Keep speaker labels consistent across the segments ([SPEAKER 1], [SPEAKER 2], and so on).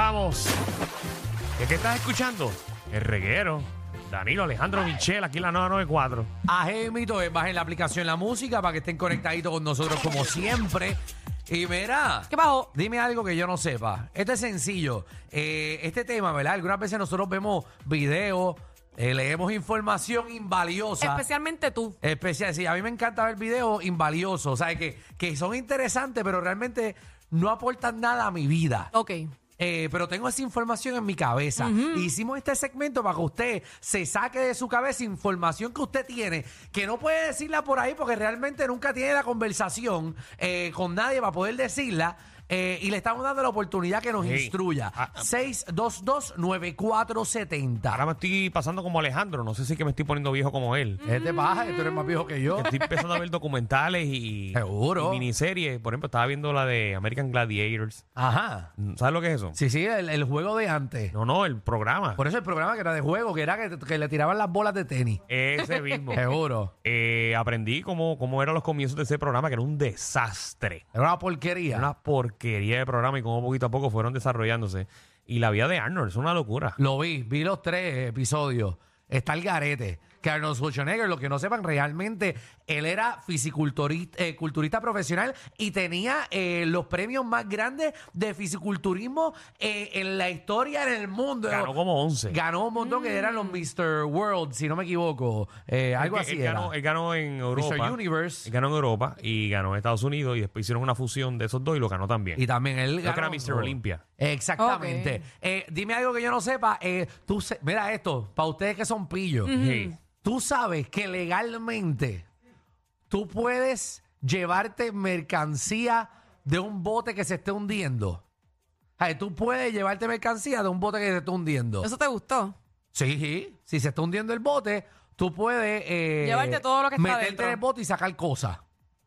[SPEAKER 1] estamos. ¿Qué, qué estás escuchando? El reguero. Danilo Alejandro Michel, aquí en la 994.
[SPEAKER 2] Ajemito, eh, bajen la aplicación La Música para que estén conectaditos con nosotros como siempre. Y mira,
[SPEAKER 3] ¿Qué pasó?
[SPEAKER 2] dime algo que yo no sepa. Este es sencillo. Eh, este tema, ¿verdad? Algunas veces nosotros vemos videos, eh, leemos información invaliosa.
[SPEAKER 3] Especialmente tú.
[SPEAKER 2] Especial, sí, a mí me encanta ver videos invaliosos, ¿sabes? Que, que son interesantes, pero realmente no aportan nada a mi vida.
[SPEAKER 3] Ok.
[SPEAKER 2] Eh, pero tengo esa información en mi cabeza. Y Hicimos este segmento para que usted se saque de su cabeza información que usted tiene, que no puede decirla por ahí porque realmente nunca tiene la conversación eh, con nadie para poder decirla. eh, y le estamos dando la oportunidad que nos
[SPEAKER 1] Sí.
[SPEAKER 2] instruya.
[SPEAKER 1] Ah, ah.
[SPEAKER 2] 622-9470.
[SPEAKER 1] Ahora me estoy pasando como Alejandro. No sé si es que me estoy poniendo viejo como él.
[SPEAKER 2] Este baja, tú eres más viejo que yo.
[SPEAKER 1] Estoy empezando a ver documentales y,
[SPEAKER 2] Seguro.
[SPEAKER 1] y miniseries. Por ejemplo, estaba viendo la de American Gladiators.
[SPEAKER 2] Ajá.
[SPEAKER 1] ¿Sabes lo que es eso?
[SPEAKER 2] Sí, sí, el, el juego de antes.
[SPEAKER 1] No, no, el programa.
[SPEAKER 2] Por eso el programa que era de juego, que era que, que le tiraban las bolas de tenis.
[SPEAKER 1] Ese mismo.
[SPEAKER 2] Seguro.
[SPEAKER 1] Eh, aprendí cómo, cómo eran los comienzos de ese programa, que era un desastre.
[SPEAKER 2] Era una porquería.
[SPEAKER 1] Una porquería de programa y cómo poquito a poco fueron desarrollándose. Y la vida de Arnold es una locura.
[SPEAKER 2] Lo vi, vi los tres episodios. Está el garete. Que Arnold Schwarzenegger, lo que no sepan realmente, él era fisiculturista eh, culturista profesional y tenía eh, los premios más grandes de fisiculturismo eh, en la historia, en el mundo.
[SPEAKER 1] Ganó como 11.
[SPEAKER 2] Ganó un montón que eran los Mr. World, si no me equivoco. Eh, algo
[SPEAKER 1] Él-
[SPEAKER 2] así
[SPEAKER 1] él
[SPEAKER 2] era.
[SPEAKER 1] ganó, él ganó en Europa.
[SPEAKER 2] Universe.
[SPEAKER 1] Él ganó en Europa y ganó en Estados Unidos y después hicieron una fusión de esos dos y lo ganó también.
[SPEAKER 2] Y también él
[SPEAKER 1] Creo que era
[SPEAKER 2] ganó-
[SPEAKER 1] Mr. Olympia.
[SPEAKER 2] Exactamente.
[SPEAKER 3] Ok.
[SPEAKER 2] Eh, dime algo que yo no sepa. Eh, tú se- Mira esto, para ustedes que son pillos.
[SPEAKER 1] Sí.
[SPEAKER 2] Tú sabes que legalmente tú puedes llevarte mercancía de un bote que se esté hundiendo. Ay, tú puedes llevarte mercancía de un bote que se esté hundiendo.
[SPEAKER 1] Oh.
[SPEAKER 3] ¿Eso te gustó?
[SPEAKER 2] Sí, sí. Si se está hundiendo el bote, tú puedes... eh,
[SPEAKER 3] Llevarte todo lo que está
[SPEAKER 2] meterte
[SPEAKER 3] dentro.
[SPEAKER 2] en el bote y sacar cosas.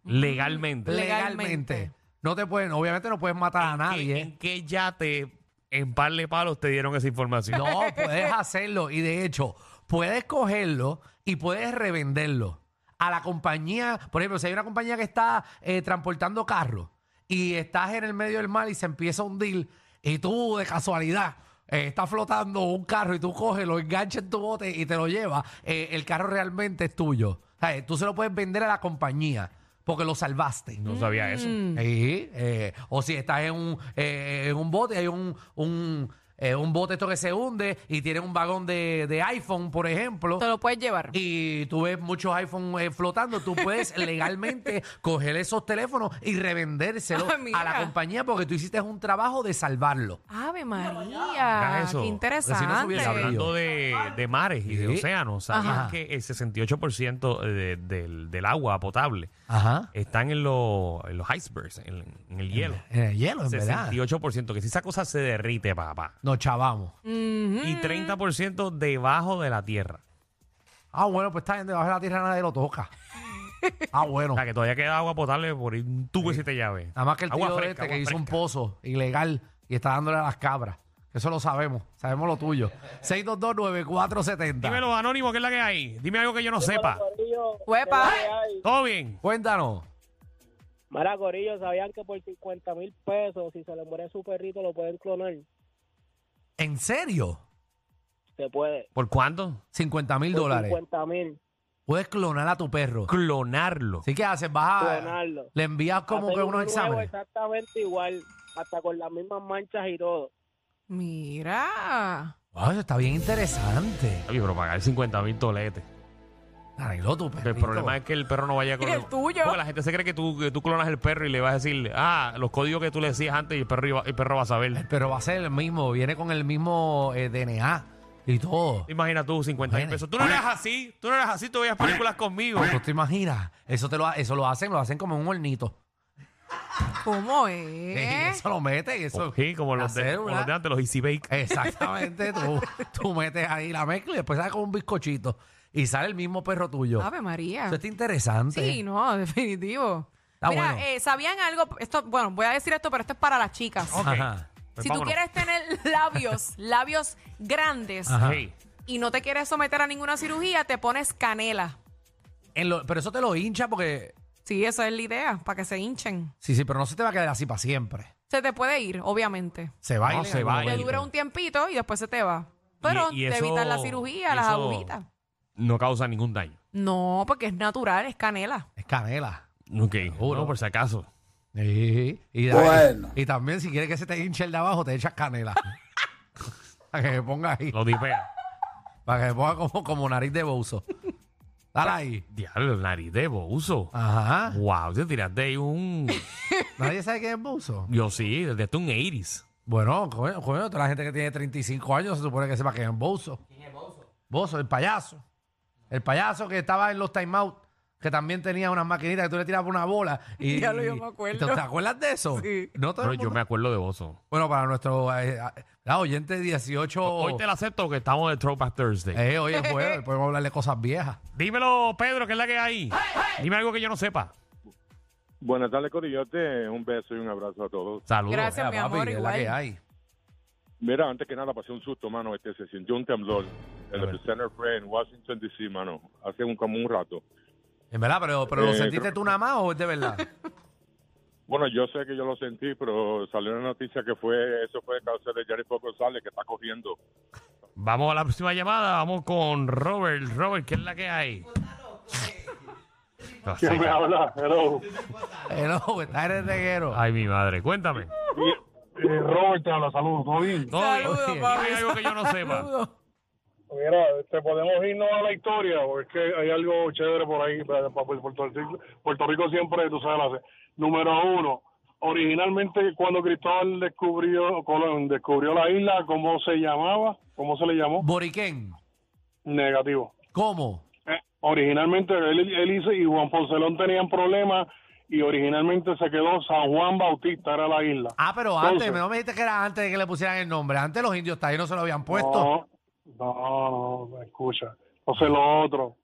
[SPEAKER 1] Legalmente.
[SPEAKER 3] Le-
[SPEAKER 2] Legalmente.
[SPEAKER 3] Legalmente.
[SPEAKER 2] No te pueden... Obviamente no puedes matar a nadie.
[SPEAKER 1] ¿En qué yate en par de palos te dieron esa información?
[SPEAKER 2] No, puedes hacerlo y de hecho puedes cogerlo y puedes revenderlo a la compañía. Por ejemplo, si hay una compañía que está eh, transportando carros y estás en el medio del mar y se empieza a hundir y tú de casualidad eh, estás flotando un carro y tú coges, lo enganchas en tu bote y te lo llevas, eh, el carro realmente es tuyo. ¿Sabes? Tú se lo puedes vender a la compañía porque lo salvaste.
[SPEAKER 1] No sabía
[SPEAKER 2] Mm.
[SPEAKER 1] eso.
[SPEAKER 3] Mm.
[SPEAKER 2] Sí, eh, o si estás en un, eh, en un bote, hay un, un, eh, un bote esto que se hunde y tiene un vagón de, de iPhone, por ejemplo,
[SPEAKER 3] Te lo puedes llevar.
[SPEAKER 2] y tú ves muchos iPhone eh, flotando, tú puedes legalmente coger esos teléfonos y revendérselo
[SPEAKER 3] Ah, mira.
[SPEAKER 2] a la compañía porque tú hiciste un trabajo de salvarlo.
[SPEAKER 3] Ave
[SPEAKER 1] Mira
[SPEAKER 3] María.
[SPEAKER 1] eso.
[SPEAKER 3] Qué
[SPEAKER 2] Porque si no
[SPEAKER 3] interesante.
[SPEAKER 1] Y
[SPEAKER 2] subiese
[SPEAKER 1] hablando de, de mares y de
[SPEAKER 2] Sí.
[SPEAKER 1] océanos, ¿sabían
[SPEAKER 2] Ajá.
[SPEAKER 1] que el 68% de- del, del agua potable
[SPEAKER 2] Ajá.
[SPEAKER 1] están en, los- en los icebergs, en, en el hielo?
[SPEAKER 2] En el Eh, hielo, en verdad.
[SPEAKER 1] 68%, que si esa cosa se derrite, papá.
[SPEAKER 2] Nos chavamos.
[SPEAKER 3] Mm.
[SPEAKER 1] Y 30% debajo de la tierra.
[SPEAKER 2] Ah, bueno, pues está bien, debajo de la tierra nadie lo toca. Ah, bueno.
[SPEAKER 1] O sea, que todavía queda agua potable por ir un tubo y siete llaves.
[SPEAKER 2] Nada más que el
[SPEAKER 1] Agua
[SPEAKER 2] tío
[SPEAKER 1] fresca,
[SPEAKER 2] este que
[SPEAKER 1] agua
[SPEAKER 2] hizo un
[SPEAKER 1] fresca.
[SPEAKER 2] pozo ilegal y está dándole a las cabras. Eso lo sabemos. Sabemos lo tuyo. 6229470.
[SPEAKER 1] Dímelo, Anónimo, ¿qué es la que hay? Dime algo que yo no
[SPEAKER 2] Ah.
[SPEAKER 1] sepa.
[SPEAKER 3] Huepa.
[SPEAKER 1] ¿Todo bien?
[SPEAKER 2] Cuéntanos.
[SPEAKER 4] Mara Corillo, ¿sabían que por 50 mil pesos, si se le muere su perrito, lo pueden clonar?
[SPEAKER 2] ¿En serio?
[SPEAKER 4] Se puede.
[SPEAKER 1] ¿Por cuánto?
[SPEAKER 2] 50 mil
[SPEAKER 4] Por
[SPEAKER 2] dólares.
[SPEAKER 4] 50 mil,
[SPEAKER 2] Puedes clonar a tu perro.
[SPEAKER 1] Clonarlo.
[SPEAKER 2] Así que haces, vas a-
[SPEAKER 4] clonarlo.
[SPEAKER 2] Le envías Ah. como
[SPEAKER 4] Hacer
[SPEAKER 2] que
[SPEAKER 4] un
[SPEAKER 2] unos
[SPEAKER 4] nuevo
[SPEAKER 2] exámenes.
[SPEAKER 4] Exactamente igual, hasta con las mismas manchas y todo.
[SPEAKER 3] Mira.
[SPEAKER 2] Wow, eso está bien interesante.
[SPEAKER 1] Oye, pero pagar 50 mil toletes.
[SPEAKER 2] Arregló tu perro.
[SPEAKER 1] El problema es que el perro no vaya a
[SPEAKER 3] Y el tuyo.
[SPEAKER 1] Porque la gente se cree que tú, que tú clonas el perro y le vas a decir, ah, los códigos que tú le decías antes y el perro, iba- el perro va a saber.
[SPEAKER 2] Pero va a ser el mismo. Viene con el mismo eh, DNA y todo.
[SPEAKER 1] Imagina tú, 50 mil
[SPEAKER 2] Imagina.
[SPEAKER 1] pesos. Tú no eras así, tú no eras así, tú veías películas conmigo.
[SPEAKER 2] ¿Tú te imaginas? Eso, te lo, ha- eso lo hacen, lo hacen como en un hornito.
[SPEAKER 3] ¿Cómo
[SPEAKER 2] Y
[SPEAKER 3] es?
[SPEAKER 2] eso lo meten y eso.
[SPEAKER 1] Sí, como
[SPEAKER 2] la
[SPEAKER 1] los, de, como
[SPEAKER 2] célula.
[SPEAKER 1] los de antes, los Easy Bake.
[SPEAKER 2] Exactamente, tú, tú metes ahí la mezcla y después sale con un bizcochito y sale el mismo perro tuyo.
[SPEAKER 3] Ave María.
[SPEAKER 2] Eso está interesante.
[SPEAKER 3] Ah, Sí, no, definitivo.
[SPEAKER 2] Está
[SPEAKER 3] Mira,
[SPEAKER 2] bueno.
[SPEAKER 3] eh, ¿sabían algo? Esto, bueno, voy a decir esto, pero esto es para las chicas.
[SPEAKER 1] Ok.
[SPEAKER 2] Ajá.
[SPEAKER 1] Pues
[SPEAKER 3] si tú
[SPEAKER 1] vámonos.
[SPEAKER 3] quieres tener labios, labios grandes
[SPEAKER 2] Ajá.
[SPEAKER 1] Sí.
[SPEAKER 3] y no te quieres someter a ninguna cirugía, te pones canela.
[SPEAKER 2] En lo- pero eso te lo hincha porque.
[SPEAKER 3] Sí, esa es la idea, para que se hinchen.
[SPEAKER 2] Sí, sí, pero no se te va a quedar así para siempre.
[SPEAKER 3] Se te puede ir, obviamente.
[SPEAKER 2] Se va
[SPEAKER 1] No,
[SPEAKER 2] y le-
[SPEAKER 1] se va
[SPEAKER 3] Te
[SPEAKER 1] Bueno.
[SPEAKER 3] dura un tiempito y después se te va. Pero
[SPEAKER 1] Y- y
[SPEAKER 3] te
[SPEAKER 1] eso-
[SPEAKER 3] evitas la cirugía, las
[SPEAKER 1] eso-
[SPEAKER 3] agujitas.
[SPEAKER 1] No causa ningún daño.
[SPEAKER 3] No, porque es natural, es canela.
[SPEAKER 2] Es canela.
[SPEAKER 1] Ok,
[SPEAKER 2] Seguro.
[SPEAKER 1] no, por si acaso.
[SPEAKER 2] Sí, y, da-
[SPEAKER 5] Bueno.
[SPEAKER 2] y también si quieres que se te hinche el de abajo, te echas canela. para que se ponga ahí.
[SPEAKER 1] Lo pues, dipea.
[SPEAKER 2] Para que se ponga como, como nariz de bozo. Dale ahí.
[SPEAKER 1] Diablo, nariz de bozo.
[SPEAKER 2] Ajá.
[SPEAKER 1] Wow, te tiraste ahí un.
[SPEAKER 2] Nadie sabe qué es bozo.
[SPEAKER 1] Yo sí, desde un 80s.
[SPEAKER 2] Bueno, coño, coño, toda la gente que tiene 35 años se supone que sepa que es bozo. ¿Quién es bozo? Bozo, el payaso. El payaso que estaba en los timeout, que también tenía unas maquinitas que tú le tirabas una bola. Y,
[SPEAKER 3] Ya lo yo me acuerdo.
[SPEAKER 2] ¿Te, te acuerdas de eso?
[SPEAKER 3] Sí.
[SPEAKER 2] No todo el
[SPEAKER 1] Pero yo
[SPEAKER 2] mundo-
[SPEAKER 1] me acuerdo de bozo.
[SPEAKER 2] Bueno, para nuestro eh, eh, la oyente 18.
[SPEAKER 1] Hoy te la acepto que estamos de Throwback Thursday.
[SPEAKER 2] Eh, hoy es jueves, podemos hablar de cosas viejas.
[SPEAKER 1] Dímelo, Pedro, ¿qué es la que hay? Dime algo que yo no sepa.
[SPEAKER 6] Buenas tardes, Corillote. Un beso y un abrazo a todos.
[SPEAKER 1] Saludos.
[SPEAKER 3] Gracias. mi amor,
[SPEAKER 2] es la
[SPEAKER 3] igual.
[SPEAKER 2] que hay.
[SPEAKER 6] Mira, antes que nada, pasé un susto, mano. Este, se sintió un temblor en
[SPEAKER 1] A
[SPEAKER 6] el
[SPEAKER 1] ver.
[SPEAKER 6] Epicenter fue en Washington, D.C., mano. Hace un, como un rato.
[SPEAKER 2] En verdad, pero, pero ¿lo
[SPEAKER 6] Eh,
[SPEAKER 2] sentiste
[SPEAKER 6] creo-
[SPEAKER 2] tú nada más o es de verdad?
[SPEAKER 6] Bueno, yo sé que yo lo sentí, pero salió una noticia que fue, eso fue causa de Jerry Poco González, que está corriendo.
[SPEAKER 1] Vamos a la próxima llamada. Vamos con Robert. Robert, ¿qué es la que hay? No sé.
[SPEAKER 6] habla? Hello.
[SPEAKER 2] Eh, no, está en el reguero.
[SPEAKER 1] Ay, mi madre. Cuéntame.
[SPEAKER 6] Robert te habla, saludos, ¿todo bien?
[SPEAKER 1] No,
[SPEAKER 3] Saludos,
[SPEAKER 1] dime
[SPEAKER 3] papi.
[SPEAKER 1] algo que yo no sepa.
[SPEAKER 3] Saludos.
[SPEAKER 6] Mira, te podemos irnos a la historia, porque hay algo chévere por ahí, para Puerto Rico, Puerto Rico siempre, tú sabes, número uno. Originalmente, cuando Cristóbal descubrió, Colón descubrió la isla, ¿cómo se llamaba? ¿Cómo se le llamó?
[SPEAKER 2] Boriquén,
[SPEAKER 6] Negativo.
[SPEAKER 2] ¿cómo?
[SPEAKER 6] Eh, originalmente, él, él hizo- y Juan Poncelón tenían problemas, y originalmente se quedó San Juan Bautista, era la isla.
[SPEAKER 2] Ah, pero antes,
[SPEAKER 6] Entonces-
[SPEAKER 2] no me dijiste que era antes de que le pusieran el nombre. Antes los indios taínos se lo habían puesto.
[SPEAKER 6] No, no, no, escucha. Entonces lo otro,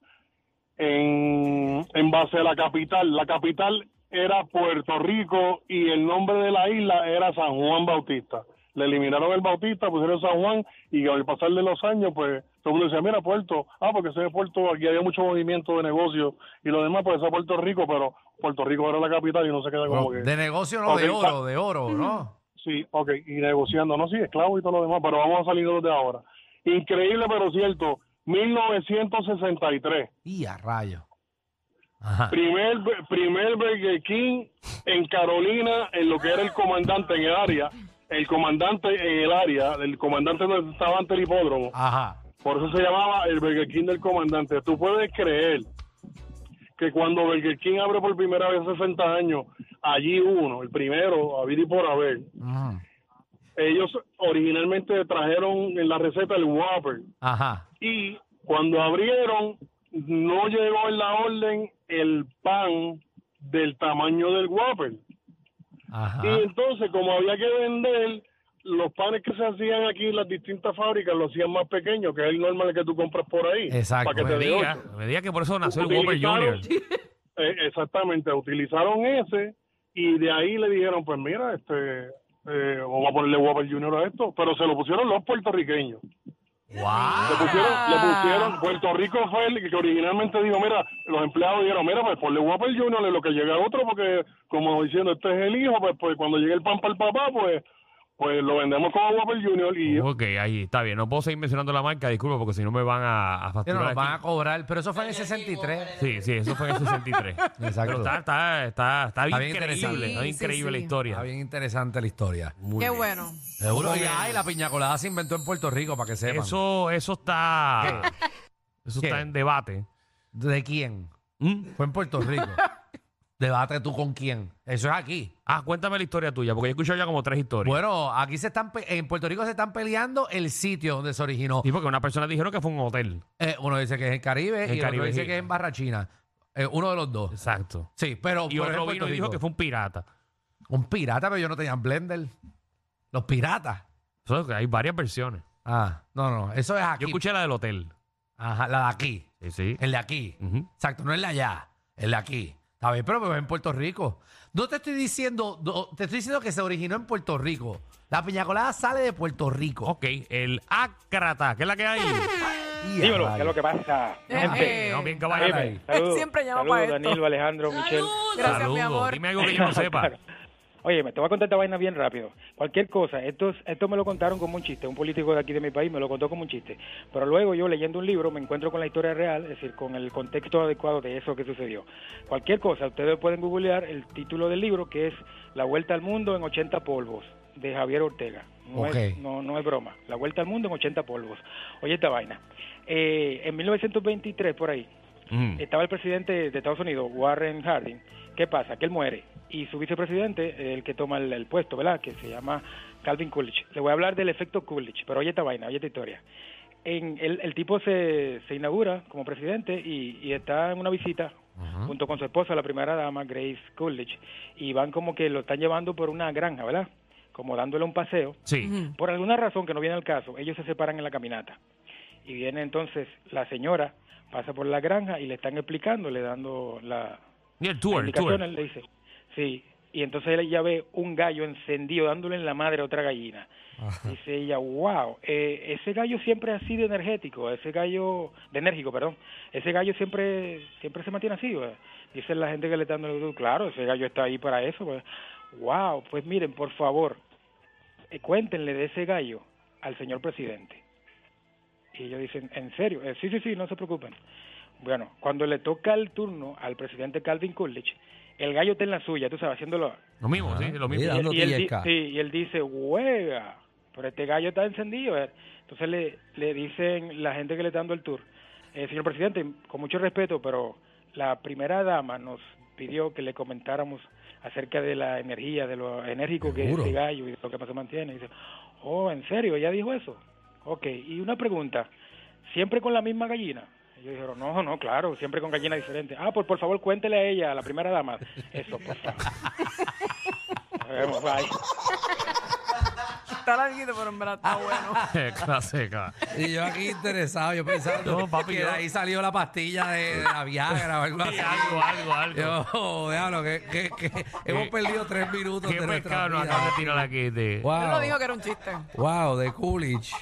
[SPEAKER 6] en, en base a la capital, la capital era Puerto Rico y el nombre de la isla era San Juan Bautista. Le eliminaron el Bautista, pusieron San Juan y al pasar de los años, pues todo el mundo decía, mira, Puerto, ah, porque ese puerto, aquí había mucho movimiento de negocios y lo demás, pues es Puerto Rico, pero Puerto Rico era la capital y no se queda como que...
[SPEAKER 2] de negocio no,
[SPEAKER 6] Ok,
[SPEAKER 2] de
[SPEAKER 6] pa-
[SPEAKER 2] oro, de oro, ¿no?
[SPEAKER 6] Sí, ok, y negociando, no, sí, esclavo y todo lo demás, pero vamos a salir de los de ahora. Increíble, pero cierto, 1963,
[SPEAKER 2] Y a rayo. Ajá.
[SPEAKER 6] primer, primer Burger King en Carolina, en lo que era el comandante en el área, el comandante en el área, el comandante donde estaba antes el hipódromo,
[SPEAKER 2] Ajá.
[SPEAKER 6] por eso se llamaba el Burger King del comandante. Tú puedes creer que cuando Burger King abre por primera vez hace 60 años, allí uno, el primero, a y por haber,
[SPEAKER 2] Mm.
[SPEAKER 6] ellos originalmente trajeron en la receta el Whopper
[SPEAKER 2] Ajá.
[SPEAKER 6] y cuando abrieron no llegó en la orden el pan del tamaño del Whopper.
[SPEAKER 2] Ajá.
[SPEAKER 6] Y entonces como había que vender los panes que se hacían aquí en las distintas fábricas lo hacían más pequeño que es el normal que tú compras por ahí.
[SPEAKER 2] Exacto.
[SPEAKER 6] para que
[SPEAKER 1] Pues Me
[SPEAKER 6] te dé
[SPEAKER 1] diga,
[SPEAKER 6] ocho.
[SPEAKER 1] me diga que por eso nació el Whopper Jr.
[SPEAKER 6] Utilizaron- Eh, exactamente, utilizaron ese y de ahí le dijeron, pues mira, este, eh, vamos a ponerle Whopper Junior a esto, pero se lo pusieron los puertorriqueños. Le
[SPEAKER 2] ¡Wow!
[SPEAKER 6] pusieron, le
[SPEAKER 3] Ah.
[SPEAKER 6] pusieron, Puerto Rico fue el que originalmente dijo, mira, los empleados dijeron, mira, pues ponle Whopper Junior en lo que llega otro, porque como diciendo, este es el hijo, pues, pues cuando llegue el pan para el papá, pues, pues lo vendemos como Whopper Junior y
[SPEAKER 1] Ok, ahí está bien. No puedo seguir mencionando la marca, disculpa, porque si no me van a, a
[SPEAKER 2] Que nos
[SPEAKER 1] facturar.
[SPEAKER 2] los van a
[SPEAKER 1] aquí.
[SPEAKER 2] cobrar, pero eso fue en el 63.
[SPEAKER 1] Sí, sí, eso fue en el 63. Pero
[SPEAKER 2] Exacto.
[SPEAKER 1] está, está, está, está,
[SPEAKER 2] Está
[SPEAKER 1] bien
[SPEAKER 2] bien
[SPEAKER 1] increíble.
[SPEAKER 2] interesante.
[SPEAKER 1] Está
[SPEAKER 3] Sí,
[SPEAKER 1] increíble
[SPEAKER 3] sí,
[SPEAKER 1] la
[SPEAKER 3] sí.
[SPEAKER 1] historia.
[SPEAKER 2] Está bien interesante la historia.
[SPEAKER 1] Muy
[SPEAKER 3] Qué
[SPEAKER 1] bien.
[SPEAKER 3] bueno.
[SPEAKER 2] Seguro que ay, la piña colada se inventó en Puerto Rico, para que sepan.
[SPEAKER 1] Eso, eso está. Eso
[SPEAKER 2] ¿Qué?
[SPEAKER 1] está en debate.
[SPEAKER 2] ¿De quién?
[SPEAKER 1] ¿Mm?
[SPEAKER 2] Fue en Puerto Rico. Debate tú con quién. Eso es aquí.
[SPEAKER 1] Ah, cuéntame la historia tuya, porque yo he escuchado ya como tres historias.
[SPEAKER 2] Bueno, aquí se están pe- en Puerto Rico se están peleando el sitio donde se originó.
[SPEAKER 1] Sí, porque una persona dijeron que fue un hotel.
[SPEAKER 2] Eh, uno dice que es en Caribe
[SPEAKER 1] En
[SPEAKER 2] y el otro
[SPEAKER 1] Caribe,
[SPEAKER 2] dice
[SPEAKER 1] sí.
[SPEAKER 2] que es en Barrachina. Eh, uno de los dos.
[SPEAKER 1] Exacto.
[SPEAKER 2] Sí, pero
[SPEAKER 1] Y
[SPEAKER 2] pero es en
[SPEAKER 1] otro
[SPEAKER 2] Puerto
[SPEAKER 1] vino y dijo
[SPEAKER 2] Rico.
[SPEAKER 1] que fue un pirata.
[SPEAKER 2] un pirata, pero ellos no tenían blender. Los piratas.
[SPEAKER 1] Eso es que hay varias versiones.
[SPEAKER 2] Ah, no, no, eso es aquí.
[SPEAKER 1] Yo escuché la del hotel.
[SPEAKER 2] Ajá, la de aquí.
[SPEAKER 1] Sí, sí.
[SPEAKER 2] El de aquí.
[SPEAKER 1] Ujú.
[SPEAKER 2] Exacto, no es la allá, es la aquí. Está bien, pero es en Puerto Rico. No te estoy diciendo, no, te estoy diciendo que se originó en Puerto Rico. La piña colada sale de Puerto Rico.
[SPEAKER 1] Ok, el Acrata, que es la que hay.
[SPEAKER 2] Y a
[SPEAKER 7] Dímelo,
[SPEAKER 2] rayos.
[SPEAKER 7] ¿qué es lo que pasa?
[SPEAKER 1] Gente,
[SPEAKER 3] Eh,
[SPEAKER 1] no, bien
[SPEAKER 2] Dale
[SPEAKER 1] caballero.
[SPEAKER 2] ahí.
[SPEAKER 7] Saludos,
[SPEAKER 3] Siempre llama
[SPEAKER 7] saludos,
[SPEAKER 3] para esto.
[SPEAKER 7] Danilo, Alejandro, Michelle.
[SPEAKER 3] Gracias, mi
[SPEAKER 1] Saludos.
[SPEAKER 3] amor.
[SPEAKER 1] Dime algo que yo no sepa.
[SPEAKER 5] Oye, me te voy a contar esta vaina bien rápido. Cualquier cosa, esto, es- esto me lo contaron como un chiste. Un político de aquí de mi país me lo contó como un chiste. Pero luego yo leyendo un libro me encuentro con la historia real, es decir, con el contexto adecuado de eso que sucedió. Cualquier cosa, ustedes pueden googlear el título del libro que es La Vuelta al Mundo en 80 Polvos, de Javier Ortega. No,
[SPEAKER 2] Ok.
[SPEAKER 5] es, no, no es broma. La Vuelta al Mundo en 80 Polvos. Oye, esta vaina. Eh, en 1923, por ahí,
[SPEAKER 1] Mm.
[SPEAKER 5] estaba el presidente de Estados Unidos, Warren Harding. ¿Qué pasa? Que él muere. Y su vicepresidente, el que toma el, el puesto, ¿verdad? Que se llama Calvin Coolidge. Le voy a hablar del efecto Coolidge, pero oye esta vaina, oye esta historia. En el, el tipo se, se inaugura como presidente y, y está en una visita junto con su esposa, la primera dama, Grace Coolidge. Y van como que lo están llevando por una granja, ¿verdad? Como dándole un paseo.
[SPEAKER 1] Sí.
[SPEAKER 5] Por alguna razón que no viene al caso, ellos se separan en la caminata. Y viene entonces la señora, pasa por la granja y le están explicando, le dando la,
[SPEAKER 1] Y el
[SPEAKER 5] la
[SPEAKER 1] tour, el tour.
[SPEAKER 5] indicación, él le dice, sí. Y entonces él ya ve un gallo encendido dándole en la madre a otra gallina. Dice ella, wow, eh, ese gallo siempre ha sido energético, ese gallo, de enérgico, perdón, ese gallo siempre siempre se mantiene así. ¿verdad?". Dice la gente que le está dando el tour, claro, ese gallo está ahí para eso. ¿verdad?". Wow, pues miren, por favor, eh, cuéntenle de ese gallo al señor presidente. Y ellos dicen, ¿en serio? Eh, sí, sí, sí, no se preocupen. Bueno, cuando le toca el turno al presidente Calvin Coolidge, el gallo está en la suya, tú sabes, haciéndolo.
[SPEAKER 1] Lo mismo,
[SPEAKER 2] Ajá.
[SPEAKER 1] sí, lo mismo.
[SPEAKER 5] Y,
[SPEAKER 7] Mira. Dando
[SPEAKER 5] él, di-
[SPEAKER 7] tiesca.
[SPEAKER 5] sí, y él dice, huega, pero este gallo está encendido. eh". Entonces le, le dicen la gente que le está dando el tour, "Eh, señor presidente, con mucho respeto, pero la primera dama nos pidió que le comentáramos acerca de la energía, de lo enérgico que es
[SPEAKER 7] Seguro.
[SPEAKER 5] este gallo y de lo que se mantiene. Y dice, oh, ¿en serio? ¿Ya dijo eso? Ok, y una pregunta, ¿siempre con la misma gallina? Ellos dijeron, no, no, claro, siempre con gallina diferente. Ah, pues por favor cuéntele a ella, a la primera dama. Eso, por favor. Nos vemos, bye.
[SPEAKER 3] Está larguito, pero en verdad está bueno.
[SPEAKER 1] Clásica.
[SPEAKER 2] Y yo aquí interesado, yo pensando
[SPEAKER 1] No, papi,
[SPEAKER 2] que
[SPEAKER 1] yo-
[SPEAKER 2] de ahí salió la pastilla de, de la Viagra o algo así.
[SPEAKER 1] Algo, algo, algo.
[SPEAKER 2] Yo, déjalo, que, que- que hemos perdido tres minutos
[SPEAKER 1] ¿Qué
[SPEAKER 2] de nuestra
[SPEAKER 1] pescado nos
[SPEAKER 2] vida.
[SPEAKER 1] acabas de tirar aquí? De...
[SPEAKER 3] Él
[SPEAKER 2] Wow,
[SPEAKER 3] lo dijo que era un chiste.
[SPEAKER 2] wow, de Coolidge.